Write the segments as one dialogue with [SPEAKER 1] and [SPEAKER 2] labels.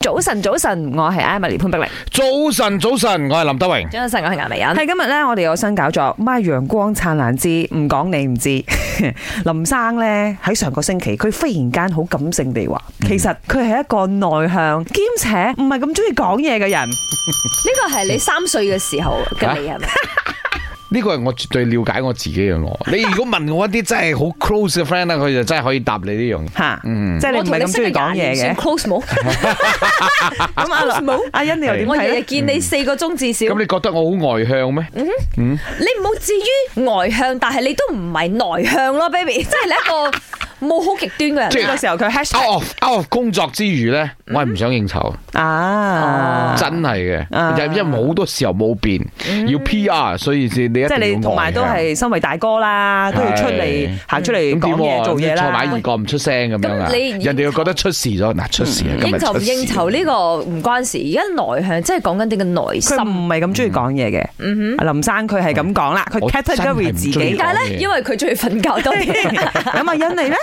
[SPEAKER 1] 早晨，早晨，我係 Emily 潘碧玲。
[SPEAKER 2] 早晨，早晨，我係林德榮。
[SPEAKER 1] 早晨，我係顏美欣。係今日咧，我哋有新搞作《My 陽光燦爛之唔講你唔知》。 林生咧喺上個星期，佢忽然間好感性地話，其實佢係一個內向兼且唔係咁中意講嘢嘅人。
[SPEAKER 3] 呢個係你三歲嘅時候嘅你係咪？
[SPEAKER 2] 呢個係我絕對了解我自己嘅我。 你如果問我一啲真係好 close 嘅 friend 咧，佢就真係可以答你呢樣嘢。
[SPEAKER 1] 吓，即係 你唔係咁中意講嘢 嘅。
[SPEAKER 3] close 冇，
[SPEAKER 1] 咁阿
[SPEAKER 3] 冇
[SPEAKER 1] 阿欣，你又點
[SPEAKER 3] 我
[SPEAKER 1] 睇
[SPEAKER 3] 日日
[SPEAKER 1] 咧？
[SPEAKER 3] 見你四個鐘至少，
[SPEAKER 2] 咁你覺得我好外向咩？
[SPEAKER 3] 嗯你唔好至於外向，但係你都唔係內向咯，baby，即 係你一個冇好極端嘅人。
[SPEAKER 2] 即
[SPEAKER 1] 呢個時候佢
[SPEAKER 2] out
[SPEAKER 1] hashtag
[SPEAKER 2] of out of 工作之餘咧，
[SPEAKER 3] 嗯
[SPEAKER 2] 我係唔想應酬，
[SPEAKER 1] 啊，
[SPEAKER 2] 真係
[SPEAKER 1] 啊
[SPEAKER 2] 嘅，因因為好多時候冇變，
[SPEAKER 3] 嗯
[SPEAKER 2] 要 PR，所以先你一
[SPEAKER 1] 即係
[SPEAKER 2] 定
[SPEAKER 1] 你
[SPEAKER 2] 要
[SPEAKER 1] 同埋都係身為大哥啦，都要出嚟
[SPEAKER 2] 係
[SPEAKER 1] 行出嚟
[SPEAKER 2] 咁
[SPEAKER 1] 講
[SPEAKER 2] 點
[SPEAKER 1] 嘢
[SPEAKER 2] 喎
[SPEAKER 1] 做嘢
[SPEAKER 2] 坐埋
[SPEAKER 1] 啦
[SPEAKER 2] 二。個唔出聲咁樣啊？
[SPEAKER 3] 咁你
[SPEAKER 2] 人哋又覺得出事咗，嗱出事啊！今
[SPEAKER 3] 應
[SPEAKER 2] 日
[SPEAKER 3] 酬唔
[SPEAKER 2] 出事
[SPEAKER 3] 應酬呢個唔關事，而家內向即係講緊你嘅內
[SPEAKER 1] 佢
[SPEAKER 3] 心。
[SPEAKER 1] 唔係咁中意講嘢嘅。
[SPEAKER 3] 嗯
[SPEAKER 1] 阿林生佢係咁講啦，佢
[SPEAKER 2] 我真係唔
[SPEAKER 1] category 自
[SPEAKER 2] 中意
[SPEAKER 1] 己
[SPEAKER 2] 講。
[SPEAKER 3] 但係咧，因為佢中意瞓覺 多啲。
[SPEAKER 1] 咁阿欣你 咧，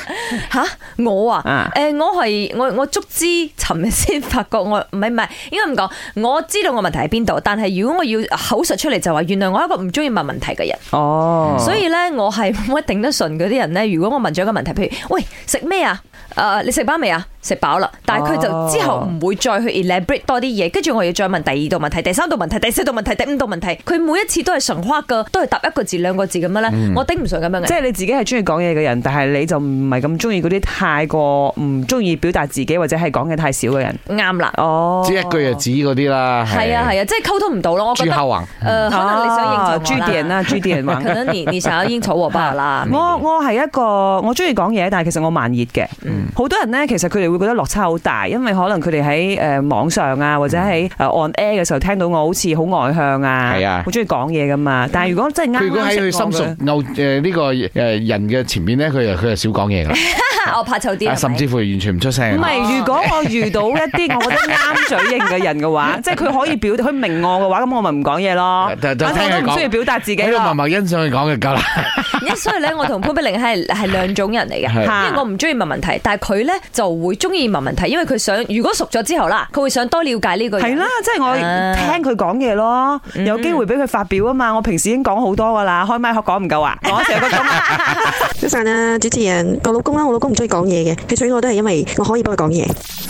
[SPEAKER 3] 吓我啊
[SPEAKER 1] 啊，
[SPEAKER 3] 誒、我係我我足之尋日先發覺我唔係唔係應該咁講，我知道我問題喺邊度，但係如果我要口述出嚟就話，原來我係一個唔中意問問題嘅人，
[SPEAKER 1] 哦，
[SPEAKER 3] 所以咧我係 冇乜頂得順嗰啲人咧。如果我問咗一個問題，譬如喂食咩啊？誒、你食飽未啊？食飽啦，但係佢就
[SPEAKER 1] 哦
[SPEAKER 3] 之後唔會再去 elaborate 多啲嘢，跟住我要再問第二道問題、第三道問題、第四道問題、第五道問題，佢每一次都係神花嘅，都係答一個字、兩個字咁樣咧，我頂唔順咁樣嘅
[SPEAKER 1] 嗯即。係你自己係中意講嘢嘅人，但係你就唔係咁中意嗰啲太過唔中意表達自己或者係講嘢太少嘅人。
[SPEAKER 3] 啱啦，
[SPEAKER 1] 哦，
[SPEAKER 2] 即係一句就指嗰啲啦。
[SPEAKER 3] 係啊係啊，即係溝通唔到咯，我覺
[SPEAKER 2] 朱
[SPEAKER 3] 得。
[SPEAKER 2] 孝宏。
[SPEAKER 3] 誒、呃可能你想
[SPEAKER 2] 啊
[SPEAKER 3] 應酬我
[SPEAKER 1] 啊
[SPEAKER 3] 啦
[SPEAKER 1] 朱典啦，朱典話。
[SPEAKER 3] 可能你你想要應酬我吧啦
[SPEAKER 1] 我我係一個我中意講嘢，但係其實我慢熱嘅。
[SPEAKER 2] 嗯
[SPEAKER 1] 好多人呢，其實佢哋會覺得落差好大，因為可能佢哋喺誒網上啊，或者喺誒 on air 嘅時候聽到我好似好外向啊，
[SPEAKER 2] 嗯係啊
[SPEAKER 1] 好中意講嘢噶嘛。但係如果真係啱
[SPEAKER 2] 佢如果喺
[SPEAKER 1] 啱
[SPEAKER 2] 佢
[SPEAKER 1] 識我
[SPEAKER 2] 心
[SPEAKER 1] 嘅
[SPEAKER 2] 熟偶誒呢個誒呃人嘅前面咧，佢就佢就少講嘢噶啦，
[SPEAKER 3] 我怕醜啲，啊係咪
[SPEAKER 2] 嗯啊甚至乎完全唔出聲。
[SPEAKER 1] 唔係，如果我遇到一啲我覺得 啱嘴型嘅人嘅話，即係佢可以表，佢明我嘅話，咁我咪唔講嘢咯。
[SPEAKER 2] 就就
[SPEAKER 1] 反正我
[SPEAKER 2] 聽佢
[SPEAKER 1] 都唔
[SPEAKER 2] 講
[SPEAKER 1] 需要表達自己
[SPEAKER 2] 喺度默
[SPEAKER 1] 咯。
[SPEAKER 2] 默欣賞佢講嘅夠啦。
[SPEAKER 3] 一所以咧，我同潘碧玲係係兩種人嚟嘅，
[SPEAKER 2] 係
[SPEAKER 1] 啊
[SPEAKER 3] 因為我唔中意問問題，但係佢咧就會中意問問題，因為佢想如果熟咗之後啦，佢會想多了解呢個人。
[SPEAKER 1] 係啦，即係我
[SPEAKER 3] 啊嗯
[SPEAKER 1] 聽佢講嘢咯，有機會俾佢發表啊嘛。我平時已經講好多噶啦，開麥講唔夠啊，講成個鐘啊。
[SPEAKER 4] 早晨啊，主持人，我老公啦，我老公唔中意講嘢嘅，佢娶我都係因為我可以幫佢講嘢。